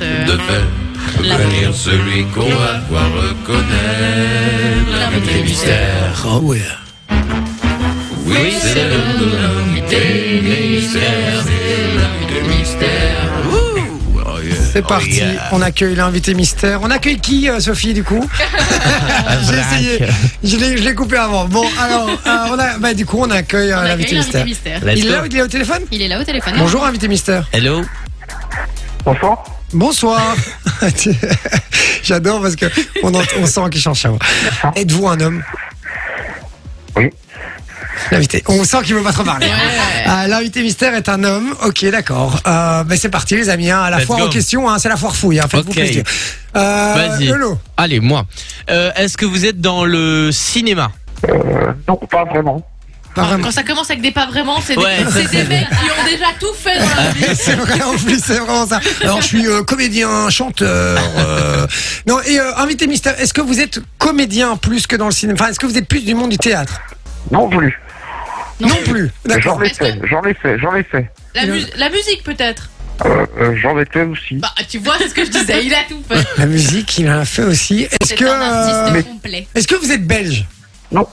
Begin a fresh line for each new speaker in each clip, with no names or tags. de faire venir celui qu'on va voir reconnaître des mystères.
Oh ouais.
Oui, c'est l'heure de l'invité mystère, c'est l'invité mystère. Oh yeah,
C'est
oh
parti,
yeah.
on accueille l'invité mystère. On accueille qui, euh, Sophie, du coup
Ah,
J'ai essayé, je l'ai- je l'ai coupé avant. Bon, alors, euh, on a, bah, du coup, on accueille euh,
On accueille l'invité
l'invité mystère.
mystère.
Il est là, il est au téléphone
Il est là au téléphone. hein
Bonjour, invité mystère.
Hello.
Bonsoir.
Bonsoir. J'adore parce que on, ent- on sent qu'il change sa voix. Êtes-vous un homme
Oui.
L'invité, on sent qu'il veut pas trop parler. Euh, L'invité mystère est un homme. Ok, d'accord. Euh, ben c'est parti, les amis. hein. À la
Let's
foire
go.
aux questions, hein, c'est la foire fouille. Hein, Faites-vous
Ok.
plaisir. Euh,
Vas-y.
Lolo.
Allez, moi. Euh, Est-ce que vous êtes dans le cinéma
Euh, non, pas vraiment.
Pas vraiment.
Quand ça commence avec des pas vraiment, c'est des,
Ouais, ça,
c'est des mecs qui ont déjà tout fait dans la vie.
C'est vrai, en plus, c'est vraiment ça. Alors, je suis euh, comédien, chanteur. euh, Non, et euh, invité mystère, est-ce que vous êtes comédien plus que dans le cinéma Enfin, est-ce que vous êtes plus du monde du théâtre
Non plus.
Non, plus. D'accord.
J'en ai fait, j'en ai fait, j'en ai fait.
La, mu- la musique peut-être.
Euh, euh, j'en ai fait aussi.
Bah tu vois c'est ce que je disais, il a tout fait.
La musique, il en a fait aussi. Est-ce
C'est
que,
un artiste
euh,
complet.
est-ce que vous êtes belge
Non,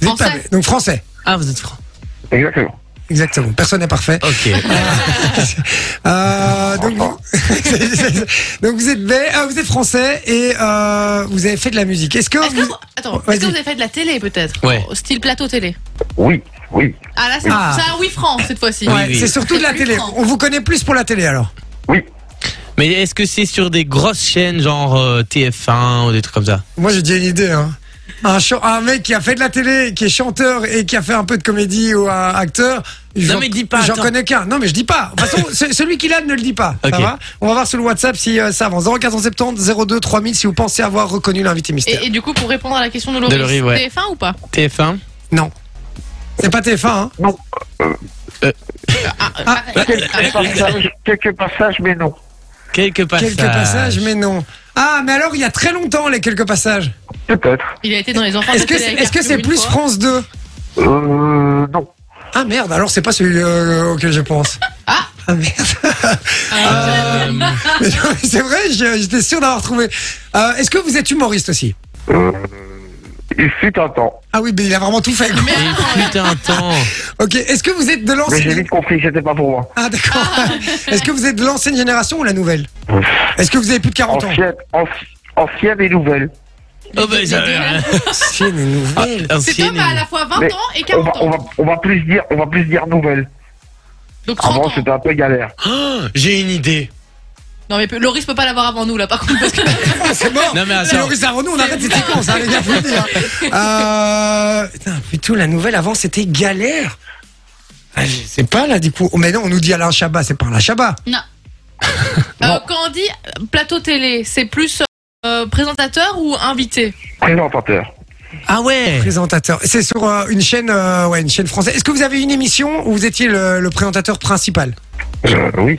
Vous êtes
Français.
pas- donc français.
Ah, vous êtes franc.
exactement.
Exactement. Personne n'est parfait.
Oh.
Ok.
Euh, donc, vous... donc vous êtes belge, ah, vous êtes français et euh, vous avez fait de la musique. Est-ce que,
Est-ce que
vous-
vous... Attends,
Vas-y.
est-ce que vous avez fait de la télé peut-être
Ouais.
Au Style plateau télé.
Oui, oui,
Ah là c'est
Ah.
c'est un oui franc cette fois-ci.
Ouais,
oui.
c'est surtout de la
C'est plus
télé.
grand.
On vous connaît plus pour la télé alors.
oui.
Mais est-ce que c'est sur des grosses chaînes genre euh, TF1 ou des trucs comme ça
Moi j'ai déjà une idée. Hein. Un, chan- un mec qui a fait de la télé, qui est chanteur et qui a fait un peu de comédie ou un acteur. j'en-
mais dis pas,
J'en
attends.
connais qu'un. Non, mais je dis pas. De toute façon, ce- celui qui l'a ne le dit pas. Ça
Ok.
va On va voir sur le WhatsApp si euh, ça avance. 0470 02 3000 si vous pensez avoir reconnu l'invité mystère.
Et, et du coup pour répondre à la question de Laurie,
De Laurie, ouais.
TF1 ou pas
TF1
Non. C'est pas TF1. Hein.
Ah,
Quelques passages, quelques passages, mais non.
Quelques passages.
Quelques passages, mais non. Ah, mais alors il y a très longtemps les quelques passages.
Peut-être.
Il a été dans les
Ah,
enfants de
Est-ce
la
que
télé
c'est
avec
est-ce que
Arthur
c'est
une
plus
fois.
France 2
Euh, non.
Ah merde, alors c'est pas celui euh, auquel je pense.
Ah.
Ah merde.
Euh,
Mais non, mais c'est vrai, je- j'étais sûr d'avoir trouvé. Euh, Est-ce que vous êtes humoriste aussi
Euh, il fut un temps.
Oh,
Ah oui, mais il a vraiment tout fait. quoi.
Mais
mais putain, attends.
Ok, est-ce que vous êtes de
Mais j'ai
l'ancienne
vite compris que c'était pas pour moi.
Ah d'accord. Est-ce que vous êtes de l'ancienne génération ou la nouvelle Est-ce que vous avez plus de 40 ans
Ancienne, anci- ancienne et nouvelle.
Oh, bah, ça-
Ancienne et
Ah,
nouvelle.
Cet
ancienne.
homme
hein.
a à la fois 20
Mais
ans et
On va,
40
on
ans.
va, on va plus dire, on va plus dire nouvelle.
Donc 30
Avant,
ans.
c'était un peu galère.
Ah, J'ai une idée.
Non mais Loris peut pas l'avoir avant nous là par contre parce que
Ah, c'est mort
Non, mais attends.
C'est Loris Arnaud, on arrête, c'était con, ça, les gars, faut le dire. Euh, Putain, plutôt, la nouvelle avant, c'était galère. Ah, je sais pas, là, du coup. Oh, mais non, on nous dit Alain Chabat, c'est pas Alain Chabat.
non. Euh, quand on dit euh, plateau télé, c'est plus euh, présentateur ou invité
Présentateur.
Ah ouais.
Présentateur. C'est sur euh, une chaîne, euh, ouais, une chaîne française. Est-ce que vous avez une émission où vous étiez le, le présentateur principal
Euh, oui.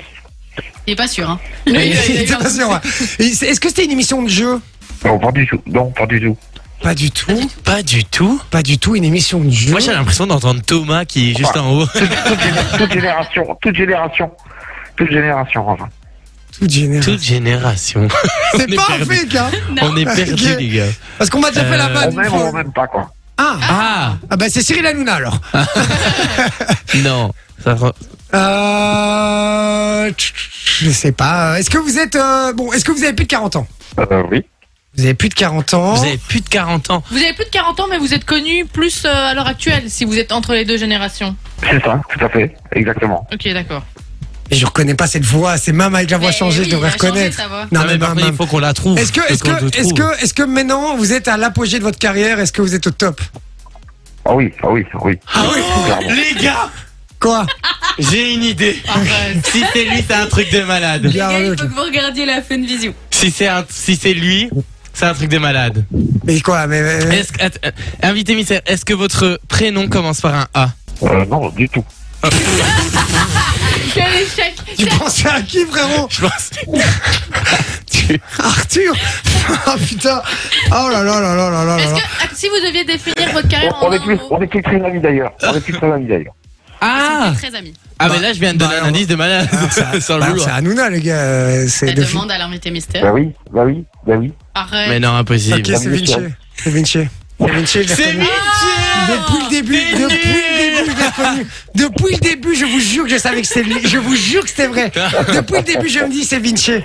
Il est pas sûr hein.
J'étais pas sûr, ouais. Et c'est- Est-ce que c'était une émission de jeu
Non, pas du tout. Non, pas du tout.
Pas du tout.
Pas du tout.
Pas du tout, une émission de jeu.
Moi j'ai l'impression d'entendre Thomas qui est juste en haut.
toute, géné- toute génération, toute génération, toute génération, enfin.
Toute génération.
Toute génération.
C'est
on est
pas un
perdu.
fake, hein
On est perdu
Ok.
les gars.
Parce qu'on m'a déjà fait la
Euh,
vanne.
On
une
même ou
fois.
on même pas, quoi.
Ah,
Ah
ah bah c'est Cyril Hanouna alors.
non. Ça re-
Euh, tch, tch, je sais pas. Est-ce que vous êtes euh, bon Est-ce que vous avez plus de 40 ans
Euh, oui.
Vous avez plus de 40 ans.
Vous avez plus de 40 ans.
Vous avez plus de 40 ans mais vous êtes connu plus euh, à l'heure actuelle si vous êtes entre les deux générations.
C'est ça, tout à fait. Exactement.
OK, d'accord.
Mais je reconnais pas cette voix. C'est même avec la voix
Mais
changée,
oui,
je devrais
il a changé
reconnaître.
sa voix.
Non
Ah,
mais
mais par
bah,
contre,
bah,
il faut qu'on la trouve.
Est-ce que,
Faut
est-ce
qu'on le
que,
trouve.
est-ce que, est-ce que maintenant vous êtes à l'apogée de votre carrière Est-ce que vous êtes au top
Ah oui, ah oui, ah oui.
Ah oui.
Clairement.
Les gars,
Quoi
j'ai une idée.
Arrête.
Si c'est lui, c'est un truc de malade.
Les gars, il faut que
vous regardiez la fun vision.
Si c'est un- si c'est lui, c'est un truc de malade.
Mais quoi Mais, mais- mais-
Est-ce que- att- euh, invité mystère, est-ce que votre prénom commence par un A
Euh, non, du tout.
Quel échec.
tu pensais à qui, frérot
Je pense.
Arthur Ah putain Oh là là là là là là là.
Est-ce que ah, si vous deviez définir votre
On,
carrière
on
en
est
un
plus,
mot
on est plus très amis d'ailleurs. On est plus très amis d'ailleurs.
Ah
Ils sont très amis.
Ah,
Bah,
mais là, je viens de donner
bah,
un indice de malade.
Alors, c'est-
Sans le
bah,
vouloir.
c'est Hanouna, les gars. euh, C'est
Elle
de film.
demande à l'invité mystère.
Bah oui, bah oui, bah oui.
Arrête.
Mais non, impossible.
Ok, c'est Vinci. C'est Vinci. C'est Vinci, je l'ai
C'est
reconnu. Depuis le début,
T'es
depuis le début, je l'ai reconnu. Depuis le début, je vous jure que je savais que c'était lui. Je vous jure que c'était vrai. Depuis le début, je me dis c'est Vinci.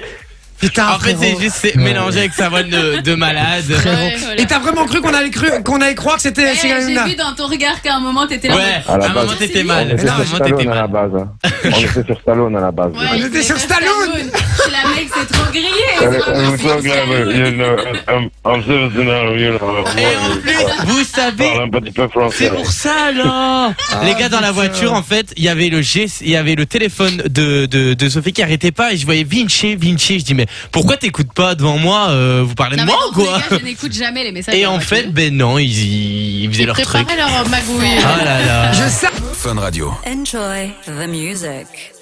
Putain,
En fait, c'est
frérot.
juste c'est mélangé avec sa voix de, de malade.
Frérot.
Ouais, voilà.
Et t'as vraiment cru qu'on allait, cru- qu'on allait croire que c'était
Eh,
c'est Hanouna
J'ai vu dans ton regard qu'à un moment t'étais là. en
Ouais,
mode,
à
À la
un
base.
moment t'étais
On
mal.
Mais
était
À un
sur
moment t'étais
Stallone à la
mal.
base. hein. On était sur Stallone à la base.
ouais,
On était sur
c'est
Stallone.
C'est la mec, c'est trop grillé.
Euh,
c'est pas
I'm so
possible,
glad,
Stallone.
you know, I'm- I'm so glad, you know,
Et en plus, vous
je
savez,
parle un petit peu français.
c'est pour ça là. Les gars dans la voiture, en fait, il y avait le geste, il y avait le téléphone de, de, de Sophie qui arrêtait pas et je voyais Vinci, Vinci. Je dis mais pourquoi t'écoutes pas devant moi euh, Vous parlez de
Non,
moi
mais dans
ou
tous
quoi
les cas, je n'écoute jamais les messages.
Et
de
en
voiture.
fait, ben non, ils, ils faisaient leur truc.
Préparez leur magouille.
Ah là là.
Je sais.
Fun Radio.
Enjoy the music.